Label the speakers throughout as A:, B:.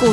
A: 股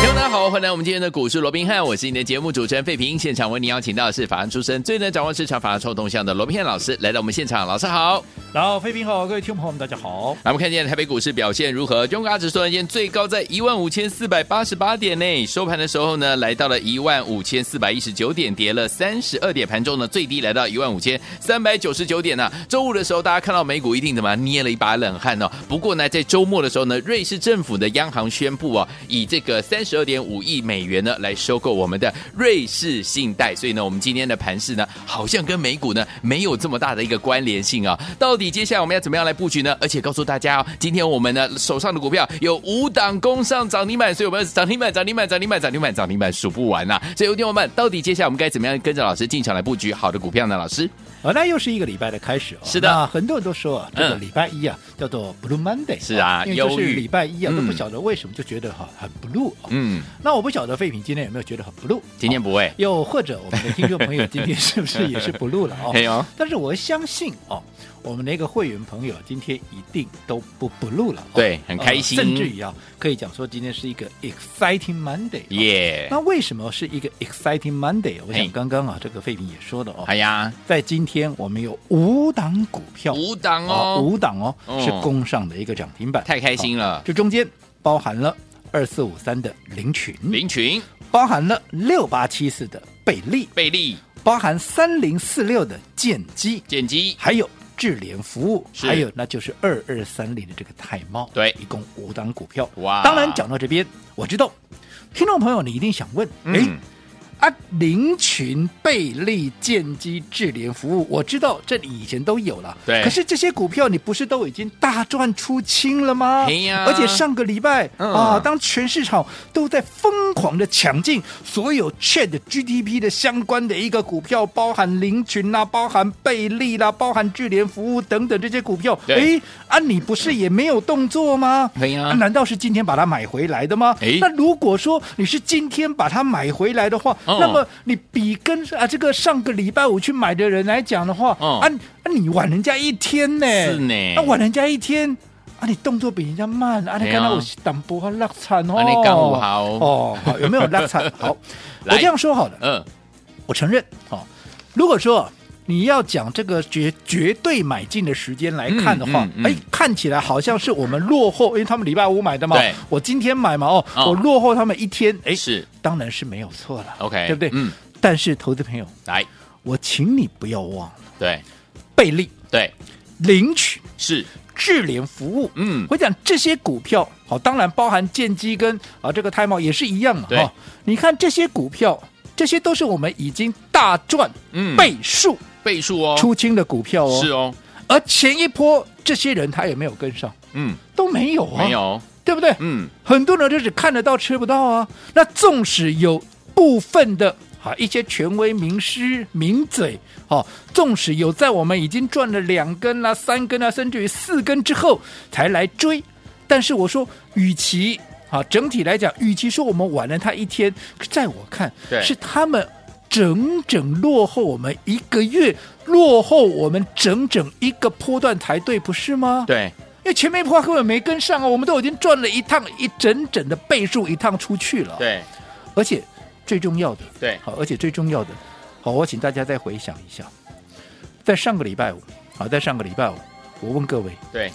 B: 听众大家好，欢迎来我们今天的股市罗宾汉，我是你的节目主持人费平。现场为您邀请到的是法案出身、最能掌握市场法案臭动向的罗宾汉老师，来到我们现场，老师好。
C: 然后，飞平好，各位听众朋友们，大家好。
B: 来，我们看见台北股市表现如何？中国指数呢，今天最高在15,488点内，收盘的时候呢，来到了15,419点，跌了32点，盘中呢最低来到15,399点呢、周五的时候，大家看到美股一定怎么样捏了一把冷汗哦。不过呢，在周末的时候呢，瑞士政府的央行宣布哦，以这个32.5亿美元呢来收购我们的瑞士信贷，所以呢，我们今天的盘势呢，好像跟美股呢没有这么大的一个关联性啊、到底接下来我们要怎么样来布局呢？而且告诉大家哦，今天我们呢手上的股票有五档攻上涨停板，所以我们要涨停板、涨停板、涨停板、涨停板、涨停板数不完呐、所以，有听友们，到底接下来我们该怎么样跟着老师进场来布局好的股票呢？老师，
C: 啊，那又是一个礼拜的开始哦。
B: 是的
C: 那很多人都说啊，这个
B: 嗯
C: 礼拜一啊，叫做 Blue Monday 哦。
B: 是啊
C: 因为就
B: 忧
C: 是
B: 郁
C: 礼拜一啊，
B: 嗯
C: 都不晓得为什么就觉得哈很 blue 哦。
B: 嗯，
C: 那我不晓得废品今天有没有觉得很 blue？
B: 今天
C: 哦
B: 不会，
C: 又或者我们的听众朋友今天是不是也是 blue 了 哦
B: 哎？呦，
C: 但是我相信哦，我们那个会员朋友今天一定都不 blue 了哦。
B: 对很开心
C: 呃甚至于啊，可以讲说今天是一个 exciting Monday 哦。
B: 耶、
C: 那为什么是一个 Exciting Monday？我
B: 嘿
C: 想刚刚啊，这个费平也说了哦
B: 哎，呀，
C: 在今天我们有五档股票，
B: 五档
C: 啊
B: 哦，
C: 五档哦
B: 哦
C: 是攻上的一个涨停板，
B: 太开心
C: 了。
B: 了，
C: 这中间包含了二四五三的林群，
B: 林群、
C: 包含了六八七四的贝利，
B: 贝利、
C: 包含三零四六的剑机，
B: 剑基，
C: 还有。智联服务，
B: 是
C: 还有那就是二二三零的这个泰茂，
B: 对
C: 一共五档股票。
B: 哇
C: 当然讲到这边，我知道听众朋友你一定想问，哎、
B: 嗯，
C: 啊，林群、贝利、建机、智联服务，我知道这里以前都有了。
B: 对
C: 可是这些股票你不是都已经大赚出清了吗？
B: 嘿呀
C: 而且上个礼拜、
B: 嗯
C: 啊，当全市场都在疯狂的抢进所有 Chat GDP 的相关的一个股票，包含林群啦、包含贝利啦、包含智联服务等等这些股票，
B: 对嗯
C: 诶啊，你不是也没有动作吗？
B: 嘿呀
C: 啊难道是今天把它买回来的吗？
B: 诶
C: 那如果说你是今天把它买回来的话，
B: 哦
C: 那么你比跟啊这个上个礼拜五去买的人来讲的话，
B: 哦
C: 啊啊你晚人家一天呢，
B: 是呢
C: 那、晚人家一天。啊，你动作比人家慢，啊，你
B: 对啊
C: 看到我是淡薄落惨哦，
B: 啊你干我好
C: 哦，好有没有落 惨？好，我
B: 来
C: 这样说好了，
B: 嗯，
C: 我承认哦，如果说你要讲这个绝绝对买进的时间来看的话，哎、
B: 嗯嗯嗯
C: 看起来好像是我们落后，因为他们礼拜五买的嘛
B: 对，
C: 我今天买嘛，哦，
B: 哦
C: 我落后他们一天，哎，
B: 是
C: 当然是没有错了
B: OK，
C: 对不对？
B: 嗯，
C: 但是投资朋友，
B: 来，
C: 我请你不要忘了
B: 对
C: 贝利、
B: 对，
C: 领取
B: 是，
C: 智联服务，
B: 嗯
C: 我讲这些股票，好，当然包含建机跟啊这个泰茂也是一样的
B: 对
C: 哈、你看这些股票，这些都是我们已经大赚
B: 嗯
C: 倍数
B: 倍数哦，
C: 出清的股票哦。
B: 是哦，
C: 而前一波这些人他也没有跟上，
B: 嗯，
C: 都没有啊，
B: 没，有，
C: 对不对？
B: 嗯，
C: 很多人就只看得到吃不到啊。那纵使有部分的啊一些权威名师名嘴，哦，纵使有在我们已经赚了两根啊、三根啊，甚至于四根之后才来追，但是我说，与其啊整体来讲，与其说我们晚了他一天，在我看
B: 对
C: 是他们。整整落后我们一个月，落后我们整整一个波段才对，不是吗？
B: 对，
C: 因为前面一波根本没跟上啊，我们都已经赚了一趟一整整的倍数一趟出去了。，
B: 对，
C: 而且最重要的，
B: 对
C: 好，而且最重要的，好，我请大家再回想一下，在上个礼拜五，好，在上个礼拜五，我问各位，
B: 对，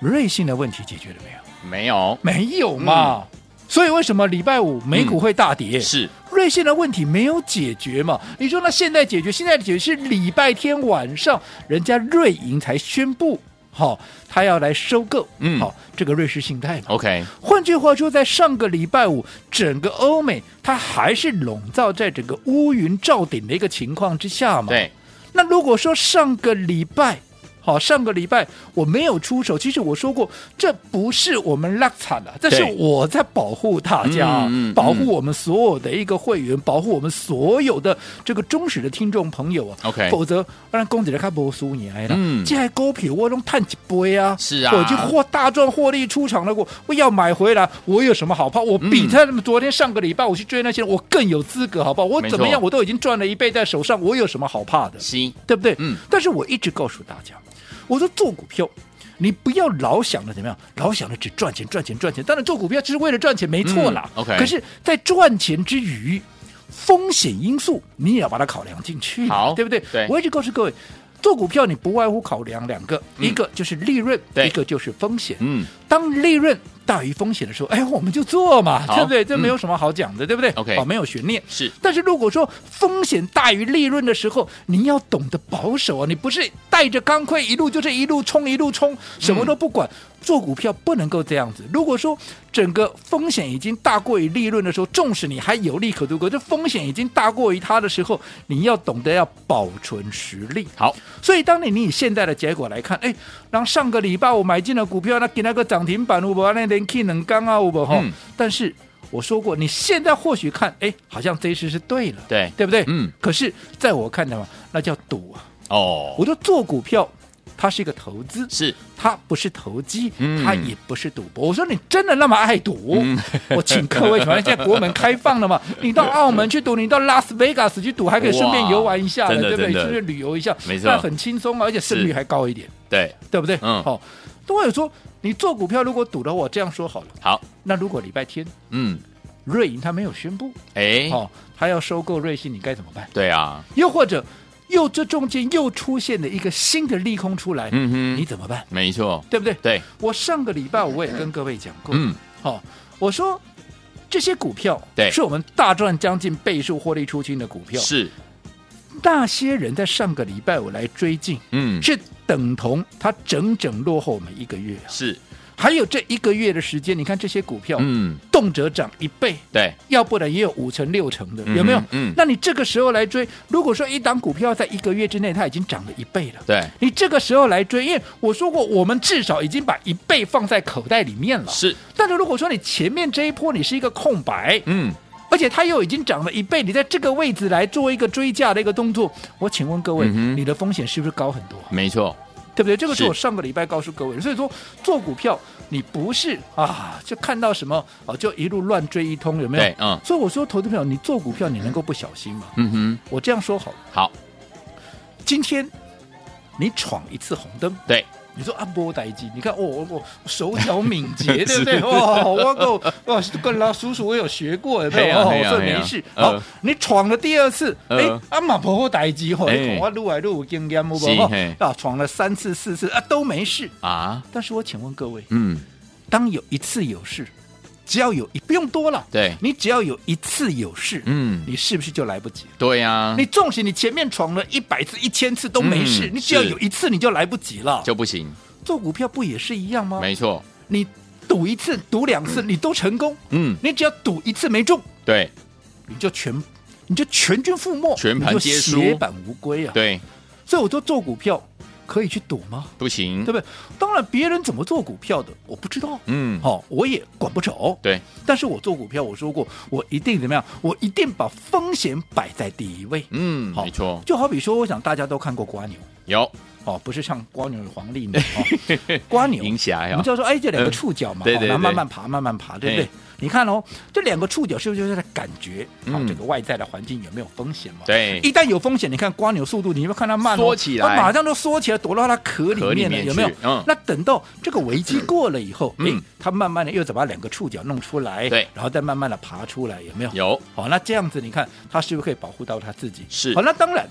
C: 瑞信的问题解决了没有？
B: 没有，
C: 没有嘛。
B: 嗯
C: 所以为什么礼拜五美股会大跌？
B: 是，
C: 瑞信的问题没有解决嘛？你说那现在解决，现在解决是礼拜天晚上，人家瑞银才宣布，好、他要来收购，
B: 嗯
C: 好、这个瑞士信贷嘛。
B: OK，
C: 换句话说，在上个礼拜五，整个欧美它还是笼罩在整个乌云罩顶的一个情况之下嘛。
B: 对，
C: 那如果说上个礼拜，好、上个礼拜我没有出手，其实我说过，这不是我们拉惨了，这是
B: 对
C: 我在保护大家啊，
B: 嗯嗯嗯
C: 保护我们所有的一个会员，保护我们所有的这个忠实的听众朋友啊。
B: OK
C: 否则不然公子的看不输你哎啦
B: 嗯，
C: 这还股票我都探几杯啊，
B: 是啊
C: 我就获大赚获利出场了，我我要买回来，我有什么好怕？我比
B: 嗯
C: 他们昨天上个礼拜我去追那些人，我更有资格好不好？我
B: 没
C: 怎么
B: 错
C: 样，我都已经赚了一倍在手上，我有什么好怕的？
B: 吸
C: 对不对？
B: 嗯。
C: 但是我一直告诉大家，我说做股票。你不要老想着怎么样，老想着只赚钱、赚钱、赚钱。当然，做股票只是为了赚钱，没错啦。
B: 嗯，OK
C: 可是，在赚钱之余，风险因素你也要把它考量进去，
B: 好
C: 对不对？
B: 对
C: 我一直告诉各位，做股票你不外乎考量两个，
B: 嗯
C: 一个就是利润，
B: 对
C: 一个就是风险。
B: 嗯
C: 当利润大于风险的时候，哎，我们就做嘛，
B: 好
C: 对不对？这
B: 嗯
C: 没有什么好讲的，对不对
B: OK
C: 好，没有悬念。
B: 是
C: 但是如果说风险大于利润的时候，你要懂得保守啊！你不是带着钢盔一路就是一路冲一路冲，什么都不管。做股票不能够这样子。如果说整个风险已经大过于利润的时候，纵使你还有利可图，可是风险已经大过于它的时候，你要懂得要保存实力。
B: 好，
C: 所以当你你以现在的结果来看，哎，然后上个礼拜我买进了股票，那给那个涨停板，我把那连 K 能刚啊，我不哈
B: 嗯。
C: 但是我说过，你现在或许看，哎，好像这一次是对了，
B: 对
C: 对不对？
B: 嗯。
C: 可是在我看来嘛，那叫赌啊！
B: 哦，
C: 我说做股票，它是一个投资，
B: 是
C: 它不是投机，
B: 嗯
C: 它也不是赌博。我说你真的那么爱赌？ 我请各位，反正现在国门开放了嘛，你到澳门去赌，你到拉斯维加斯去赌，还可以顺便游玩一下
B: 哇
C: 了，
B: 真的
C: 对不对？
B: 真的
C: 顺便旅游一下，
B: 没错
C: 那很轻松啊，而且胜率
B: 是
C: 还高一点，
B: 对，
C: 对不对？
B: 嗯
C: 好、都有说你做股票如果赌的话，我这样说好了，
B: 好，
C: 那如果礼拜天
B: 嗯，
C: 瑞银它没有宣布，
B: 哎，
C: 哦，它要收购瑞信，你该怎么办？
B: 对啊，
C: 又或者又这中间又出现了一个新的利空出来，
B: 嗯哼
C: 你怎么办？
B: 没错，
C: 对不对？
B: 对，
C: 我上个礼拜我也跟各位讲过，
B: 嗯，
C: 好、我说这些股票
B: 对
C: 是我们大赚将近倍数获利出清的股票，
B: 是，
C: 那些人在上个礼拜我来追进，
B: 嗯，
C: 是等同他整整落后我们一个月啊，
B: 是，
C: 还有这一个月的时间，你看这些股票、
B: 嗯，
C: 动辄涨一倍，
B: 对，
C: 要不然也有五成六成的，
B: 嗯哼
C: 有没有？
B: 嗯
C: 那你这个时候来追，如果说一档股票在一个月之内它已经涨了一倍了，
B: 对，
C: 你这个时候来追，因为我说过，我们至少已经把一倍放在口袋里面了。
B: 是，
C: 但是如果说你前面这一波你是一个空白，
B: 嗯，
C: 而且它又已经涨了一倍，你在这个位置来做一个追价的一个动作，我请问各位，
B: 嗯哼
C: 你的风险是不是高很多？啊
B: 没错，
C: 对不对？这个是
B: 是
C: 我上个礼拜告诉各位的，所以说做股票你不是啊，就看到什么啊就一路乱追一通，有没有？
B: 对嗯
C: 所以我说，投资朋友，你做股票你能够不小心吗？
B: 嗯
C: 我这样说好了，
B: 哼，好，
C: 今天你闯一次红灯，
B: 对，
C: 你说按波待机，你看哦，我我手脚敏 捷，对
B: 是
C: 不对？哦，我够哇，跟老叔叔我有学过，有没有？
B: 嘿
C: 哦，
B: 呀
C: 这
B: 嘿呀呃
C: 没事。
B: 嘿呀
C: 好，你闯了第二次，
B: 嗯
C: 哎，阿马婆婆待机吼，
B: 哎
C: 你看我撸来撸经验，不
B: 是
C: 不
B: 嘿
C: 啊，闯了三次四次啊都没事。
B: 啊，
C: 但是我请问各位，
B: 嗯，
C: 当有一次有事，只要有一不用多了，
B: 对
C: 你只要有一次有事，
B: 嗯
C: 你是不是就来不及了？
B: 对呀，
C: 你纵使你前面闯了一百次、一千次都没事，
B: 嗯
C: 你只要
B: 是
C: 有一次你就来不及了。
B: 就不行，
C: 做股票不也是一样吗？
B: 没错，
C: 你赌一次、赌两次，你都成功，
B: 嗯，
C: 你只要赌一次没中，
B: 对，
C: 你就全你就全军覆没，
B: 全盘
C: 你就
B: 皆输
C: 血本无归啊！，
B: 对，嗯
C: 所以我说做股票可以去赌吗？
B: 不行，
C: 对不对？当然，别人怎么做股票的我不知道，
B: 嗯，
C: 好、我也管不着。
B: 对，
C: 但是我做股票，我说过，我一定怎么样？我一定把风险摆在第一位。
B: 嗯，
C: 好
B: 没错，
C: 就好比说，我想大家都看过瓜牛
B: 有
C: 哦，不是像瓜牛与黄鹂牛 哦，瓜牛
B: 银霞
C: 我
B: 呀
C: 们，就说，哎，这两个
B: 嗯
C: 触角嘛，
B: 对
C: 好
B: 对
C: 然后
B: 对
C: 慢慢爬，慢慢爬，对不对
B: 哎？
C: 你看哦，这两个触角是不是就是在感觉好
B: 嗯
C: 这个外在的环境有没有风险嘛？。
B: 对，
C: 一旦有风险，你看瓜牛速度，你有没有看它慢哦？
B: 缩起来
C: 它马上就缩起来，躲到它壳
B: 壳里
C: 里
B: 面
C: 面了，
B: 去
C: 有没有？
B: 嗯
C: 那等到这个危机过了以后，哎
B: 嗯，
C: 它慢慢的又再把两个触角弄出来，
B: 对
C: 然后再慢慢的爬出来，有没有？。
B: 有
C: 好，那这样子你看，它是不是可以保护到它自己？
B: 是
C: 好，那当然，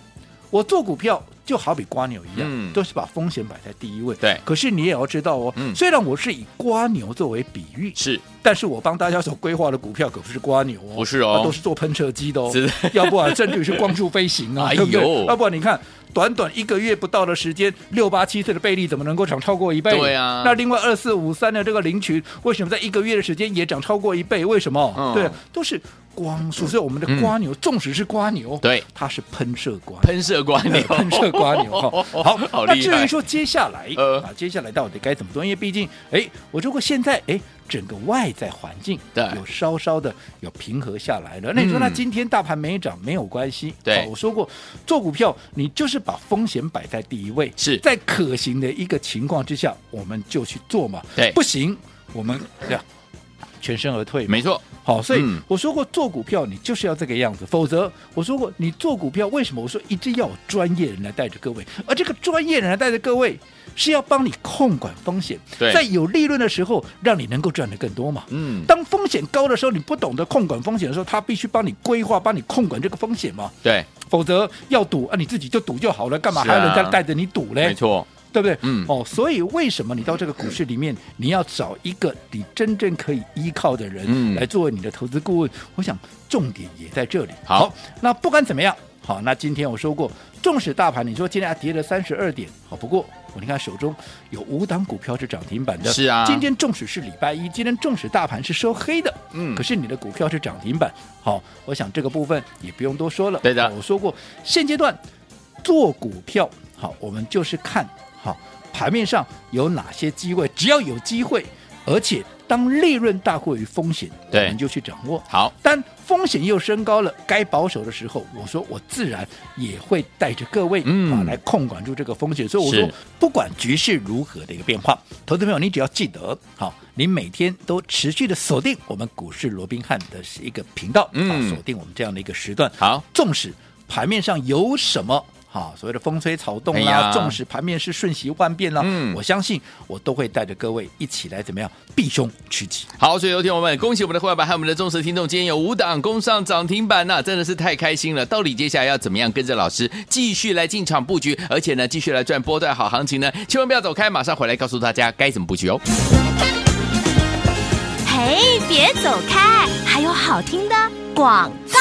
C: 我做股票就好比瓜牛一样，
B: 嗯
C: 都是把风险摆在第一位。
B: 对
C: 可是你也要知道哦，
B: 嗯
C: 虽然我是以瓜牛作为比喻，
B: 是，
C: 但是我帮大家所规划的股票可不是瓜牛哦，
B: 不是哦
C: 它都是做喷射机的哦
B: 是，
C: 要不然甚至于是光速飞行啊，
B: 哎
C: 对不
B: 呦
C: 对？要不然你看。短短一个月不到的时间，六八七四的倍率怎么能够涨超过一倍？
B: 对啊
C: 那另外二四五三的这个零群，为什么在一个月的时间也涨超过一倍？为什么？
B: 嗯
C: 对，都是光速，所以我们的瓜牛，纵使是瓜牛，
B: 对
C: 它是喷射瓜，
B: 喷射瓜牛，
C: 喷射瓜牛 哈。好，
B: 好
C: 那
B: 厉
C: 至
B: 害
C: 于，说接下来、
B: 呃
C: 啊，接下来到底该怎么做？因为毕竟，哎，我说过现在，哎，整个外在环境
B: 对
C: 有稍稍的有平和下来了。那你说，
B: 嗯
C: 那今天大盘没涨没有关系，
B: 对
C: 好我说过，做股票你就是把风险摆在第一位，
B: 是
C: 在可行的一个情况之下，我们就去做嘛。
B: 对
C: 不行，我们这样全身而退嘛。
B: 没错，
C: 好，所以
B: 嗯
C: 我说过做股票你就是要这个样子，否则我说过你做股票为什么我说一定要有专业人来带着各位，而这个专业人来带着各位是要帮你控管风险，
B: 对
C: 在有利润的时候让你能够赚得更多嘛。
B: 嗯，
C: 当风险高的时候，你不懂得控管风险的时候，他必须帮你规划、帮你控管这个风险嘛，
B: 对，
C: 否则要赌啊，你自己就赌就好了，干嘛
B: 是啊
C: 还要人家带着你赌嘞？
B: 没错，
C: 对不对？
B: 嗯
C: 哦，所以为什么你到这个股市里面，你要找一个你真正可以依靠的
B: 嗯
C: 人来作为你的投资顾问？我想重点也在这里。
B: 好
C: 那不管怎么样，好，那今天我说过，纵使大盘你说今天还跌了三十二点，好，不过。我你看手中有五档股票是涨停板的，
B: 是啊
C: 今天纵使是礼拜一，今天纵使大盘是收黑的，
B: 嗯
C: 可是你的股票是涨停板，好，我想这个部分也不用多说了。
B: 对的
C: 好我说过，现阶段做股票，好，我们就是看好盘面上有哪些机会，只要有机会，而且当利润大过于风险，我
B: 对
C: 们就去掌握。
B: 好，
C: 但风险又升高了，该保守的时候，我说我自然也会带着各位、
B: 嗯
C: 啊来控管住这个风险。所以我说
B: 是，
C: 不管局势如何的一个变化，投资朋友你只要记得，好，你每天都持续的锁定我们股市罗宾汉的一个频道，
B: 嗯
C: 啊锁定我们这样的一个时段。
B: 好，
C: 纵使盘面上有什么。好，所谓的风吹草动
B: 哎
C: 啦
B: 呀，
C: 纵使盘面是瞬息万变啦，
B: 嗯
C: 我相信我都会带着各位一起来怎么样避凶趋吉。
B: 好，所以有听我们，恭喜我们的会员版和我们的忠实听众，今天有五档攻上涨停板呐、真的是太开心了。到底接下来要怎么样跟着老师继续来进场布局，而且呢，继续来赚波段好行情呢？千万不要走开，马上回来告诉大家该怎么布局哦。
A: 嘿，别走开，还有好听的广告。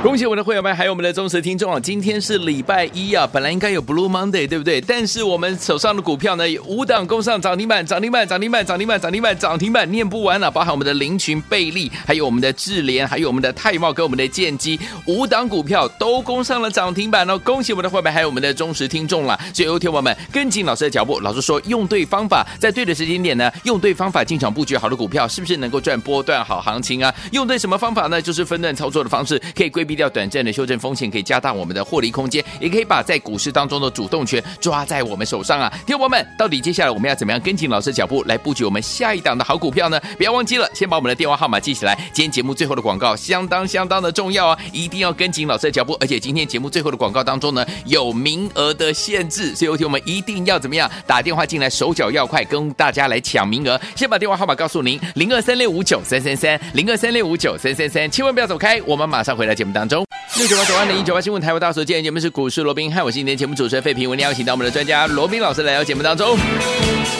B: 恭喜我们的会员们，还有我们的忠实听众啊！今天是礼拜一啊，本来应该有 Blue Monday，对不对？但是我们手上的股票呢，有五档攻上涨停板，涨停板，涨停板，涨停板，涨停板，涨停板，念不完了、包含我们的林群、贝利，还有我们的智联，还有我们的泰茂跟我们的建机，五档股票都攻上了涨停板哦！恭喜我们的会员，还有我们的忠实听众啦！所以，有听友们跟紧老师的脚步，老师说用对方法，在对的时间点呢，用对方法进场布局好的股票，是不是能够赚波段好行情啊？用对什么方法呢？就是分段操作的方式，可以规避掉短暂的修正风险，可以加大我们的获利空间，也可以把在股市当中的主动权抓在我们手上啊！听众朋友们，到底接下来我们要怎么样跟紧老师的脚步来布局我们下一档的好股票呢？不要忘记了，先把我们的电话号码记起来。今天节目最后的广告相当相当的重要啊，一定要跟紧老师的脚步。而且今天节目最后的广告当中呢，有名额的限制，所以有请我们一定要怎么样打电话进来，手脚要快，跟大家来抢名额。先把电话号码告诉您：零二三六五九三三三，零二三六五九三三三，千万不要走开，我们马上回来节目当中。六九八九二零一九八新闻台，我大所见节目是股市罗宾汉，我是今天节目主持人费平，我们邀请到我们的专家罗宾老师来到节目当中。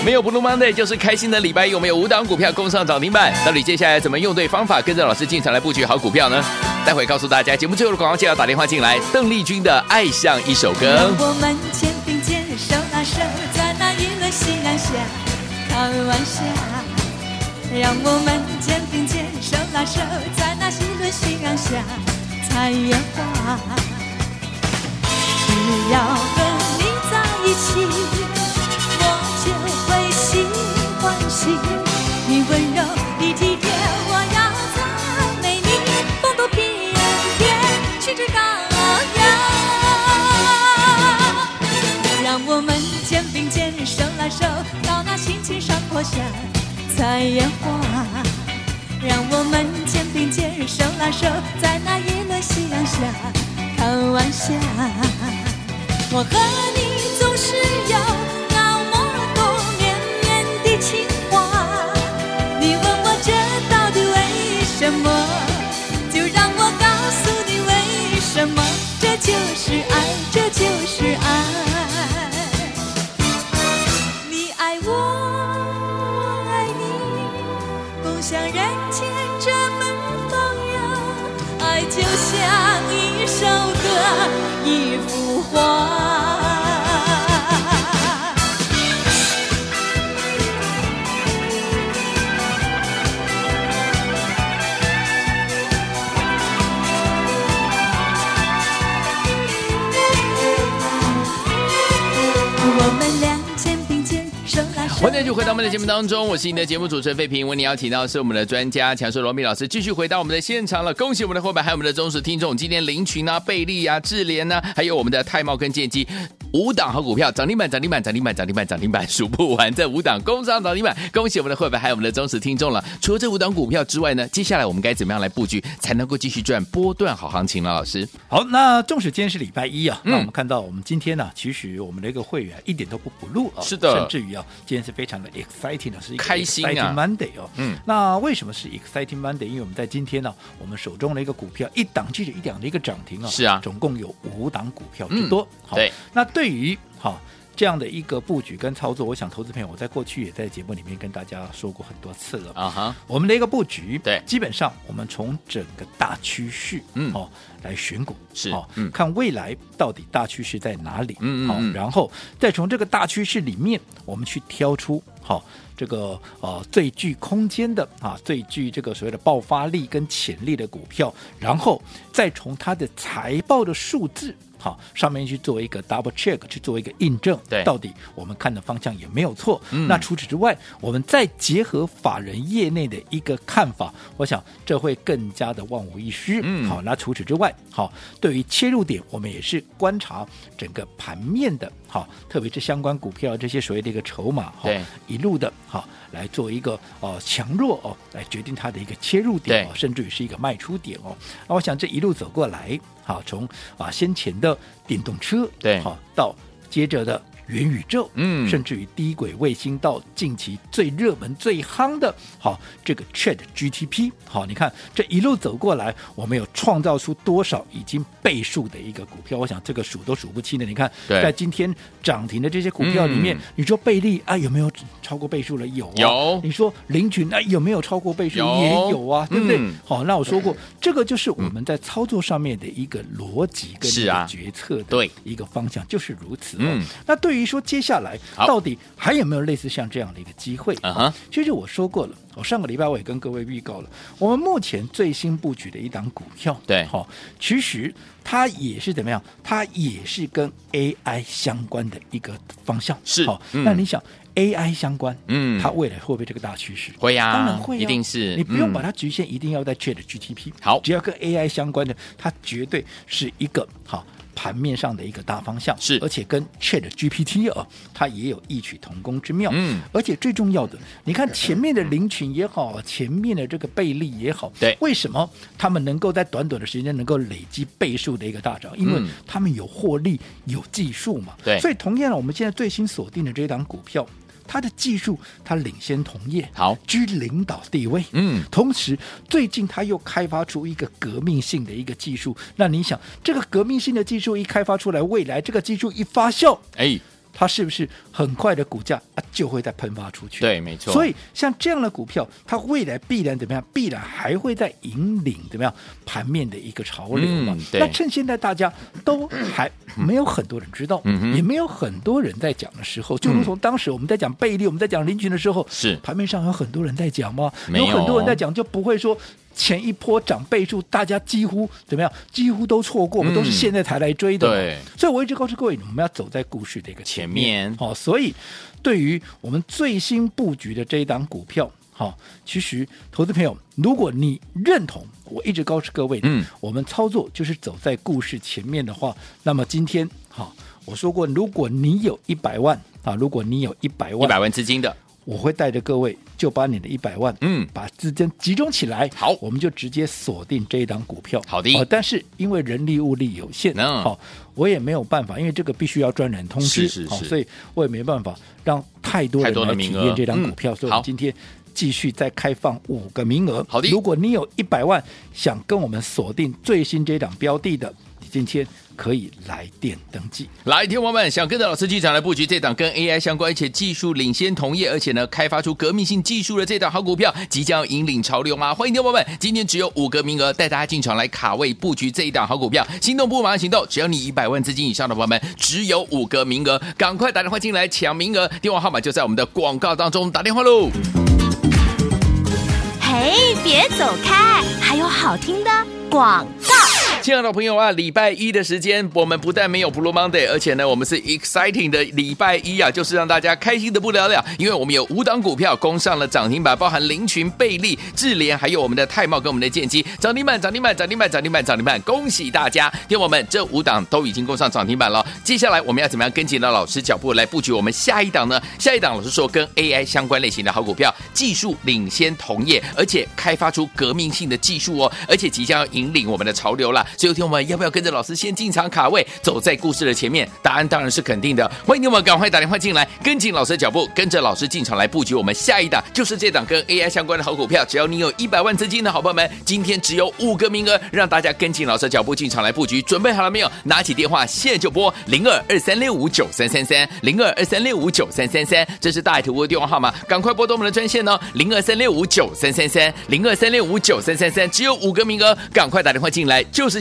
B: 没有 Blue Monday 就是开心的礼拜一，我们有五档股票攻上涨停板，到底接下来怎么用对方法，跟着老师进场来布局好股票呢？待会告诉大家，节目最后的广告记得打电话进来。邓丽君的《爱上一首歌》。
D: 让我们肩并肩，手拉手，在那娱乐西南下开玩笑。让我们肩并肩，手拉手，在那喜乐夕阳下采野花。只要和你在一起，我就会心欢喜。你温柔，你体贴，我要赞美你，风度翩翩，气质高雅。让我们肩并肩，手拉手，到那青青山坡下采野花。让我们肩并肩，手拉手，在那一轮夕阳下看晚霞。我和你总是有那么多绵绵的情话，你问我这到底为什么？就让我告诉你为什么，这就是爱，这就是爱。你爱我，我爱你。共享人间这芬芳呀，爱就像一首歌，一幅画。
B: 欢迎继续回到我们的节目当中，我是您的节目主持人费平。为您邀请到的是我们的专家强硕罗密老师，继续回到我们的现场了。恭喜我们的伙伴，还有我们的忠实听众，今天林群啊、贝利啊、智联呐、还有我们的泰茂跟建机五档好股票，涨停板、涨停板、涨停板、涨停板、涨停板，数不完。这五档工商涨停板，恭喜我们的伙伴，还有我们的忠实听众了。除了这五档股票之外呢，接下来我们该怎么样来布局，才能够继续赚波段好行情呢？老师，
C: 好，那纵使今天是礼拜一啊，
B: 嗯
C: 那我们看到我们今天呢、其实我们的一个会员一点都不不录啊，
B: 是的
C: 甚至于啊，今天是非常的 exciting 的，是一个
B: 开心啊
C: exciting Monday 哦，
B: 嗯，
C: 那为什么是 exciting Monday？因为我们在今天呢、我们手中的一个股票一档接着一档的一个涨停啊，
B: 是啊
C: 总共有五档股票之多，
B: 嗯对，
C: 那对于好。这样的一个布局跟操作，我想投资朋友，我在过去也在节目里面跟大家说过很多次了。
B: 啊哈，
C: 我们的一个布局，
B: 对
C: 基本上我们从整个大趋势，
B: 嗯
C: 哦，来选股，
B: 是
C: 哦，
B: 嗯
C: 看未来到底大趋势在哪里，
B: 嗯嗯
C: 好、
B: 嗯
C: 然后再从这个大趋势里面，我们去挑出好、这个呃最具空间的啊，最具这个所谓的爆发力跟潜力的股票，然后再从它的财报的数字。好，上面去做一个 double check，去做一个印证，
B: 对
C: 到底我们看的方向有没有错？
B: 嗯
C: 那除此之外，我们再结合法人业内的一个看法，我想这会更加的万无一失。
B: 嗯
C: 好，那除此之外，好，对于切入点，我们也是观察整个盘面的，好，特别是相关股票这些所谓的一个筹码，好
B: 对，
C: 一路的，好，来做一个呃强弱哦，来决定它的一个切入点
B: 对
C: 哦，甚至于是一个卖出点哦。那我想这一路走过来，好，从啊先前的电动车，
B: 对
C: 好到接着的元宇宙，
B: 嗯
C: 甚至于低轨卫星到近期最热门、最夯的，好这个 Chat GTP，好，你看这一路走过来，我们有创造出多少已经倍数的一个股票？我想这个数都数不清的。你看，
B: 对
C: 在今天涨停的这些股票里面，
B: 嗯
C: 你说贝利啊有没有超过倍数了？有、啊，
B: 有
C: 你说林群啊有没有超过倍数？
B: 有
C: 也有啊，对不对？
B: 嗯
C: 好，那我说过，这个就是我们在操作上面的一个逻辑跟
B: 是
C: 一个
B: 啊
C: 决策的
B: 对
C: 一个方向，就是如此、哦。
B: 嗯
C: 那对于说接下来
B: 好
C: 到底还有没有类似像这样的一个机会？
B: 啊哈，
C: 其实我说过了，我上个礼拜我也跟各位预告了，我们目前最新布局的一档股票，
B: 对
C: 好、其实它也是怎么样？它也是跟 AI 相关的一个方向，
B: 是
C: 好、
B: 嗯
C: 那你想 AI 相关，
B: 嗯
C: 它未来会不会这个大趋势？
B: 会呀、
C: 当然会、啊，
B: 一定是，
C: 你不用
B: 嗯
C: 把它局限，一定要在 Chat GTP。
B: 好
C: 只要跟 AI 相关的，它绝对是一个好盘面上的一个大方向，
B: 是
C: 而且跟 Chat GPT 啊，它也有异曲同工之妙。
B: 嗯，
C: 而且最重要的，你看前面的林群也好，前面的这个贝利也好，
B: 对
C: 为什么他们能够在短短的时间能够累积倍数的一个大涨？因为
B: 嗯
C: 他们有获利，有技术嘛。
B: 对
C: 所以同样，我们现在最新锁定的这一档股票。它的技术，它领先同业，
B: 好
C: 居领导地位。
B: 嗯
C: 同时最近他又开发出一个革命性的一个技术。那你想，这个革命性的技术一开发出来，未来这个技术一发酵，
B: 哎，
C: 它是不是很快的股价啊就会再喷发出去？。
B: 对，没错，
C: 所以像这样的股票，它未来必然怎么样？必然还会在引领怎么样盘面的一个潮流嘛？
B: 嗯对
C: 那趁现在大家都还没有很多人知道，
B: 嗯哼
C: 也没有很多人在讲的时候，就如同当时我们在讲贝利、我们在讲林群的时候，
B: 嗯是
C: 盘面上有很多人在讲吗？
B: 没有
C: 很多人在讲，就不会说。前一波涨倍数，大家几乎怎么样？几乎都错过嘛，
B: 嗯
C: 都是现在才来追的嘛。
B: 对
C: 所以我一直告诉各位，你们要走在故事的一个
B: 前
C: 前
B: 面
C: 面哦，所以对于我们最新布局的这一档股票，好、其实投资朋友，如果你认同我一直告诉各位的，
B: 嗯
C: 我们操作就是走在故事前面的话，那么今天好、我说过，如果你有一百万啊，如果你有一百
B: 一
C: 万，
B: 百万资金的，
C: 我会带着各位就把你的一百万，
B: 嗯
C: 把资金集中起来，
B: 好
C: 我们就直接锁定这一档股票。
B: 好的
C: 哦但是因为人力物力有限，
B: 嗯
C: 好、我也没有办法，因为这个必须要专人通知，
B: 是是
C: 好
B: 是
C: 所以我也没办法让太多
B: 太
C: 人
B: 多的
C: 来
B: 名
C: 体
B: 额
C: 验这档股票，
B: 嗯
C: 所以我
B: 好
C: 们今天。继续再开放五个名额。
B: 好的
C: 如果你有一百万想跟我们锁定最新这档标的的，你今天可以来电登记。
B: 来，听众朋友们，想跟着老师进场来布局这档跟 AI 相关，而且技术领先同业，而且呢开发出革命性技术的这档好股票，即将要引领潮流吗？欢迎听众朋友们，今天只有五个名额，带大家进场来卡位布局这一档好股票，心动不如马上行动！只要你一百万资金以上的朋友们，只有五个名额，赶快打电话进来抢名额，电话号码就在我们的广告当中，打电话喽！
A: 嘿，别走开，还有好听的广告。
B: 亲爱的朋友啊，礼拜一的时间，我们不但没有 Blue Monday，而且呢，我们是 exciting 的礼拜一啊，就是让大家开心的不得了，因为我们有五档股票攻上了涨停板，包含林群、贝利、智联，还有我们的泰茂跟我们的建机，涨停板，涨停板，涨停板，涨停板，涨停板，恭喜大家！听我们，这五档都已经攻上涨停板了，接下来我们要怎么样跟紧了老师脚步来布局我们下一档呢？下一档老师说跟 AI 相关类型的好股票，技术领先同业，而且开发出革命性的技术哦，而且即将要引领我们的潮流啦。所以，听我们要不要跟着老师先进场卡位，走在故事的前面？答案当然是肯定的。欢迎你们赶快打电话进来，跟紧老师的脚步，跟着老师进场来布局我们下一档，就是这档跟 AI 相关的好股票。只要你有一百万资金的好朋友们，今天只有五个名额，让大家跟紧老师的脚步进场来布局。准备好了没有？拿起电话现在就拨零二二三六五九三三三零二二三六五九三三三，这是大爱图的电话号码，赶快拨通我们的专线哦，零二三六五九三三三零二三六五九三三三，只有五个名额，赶快打电话进来，就是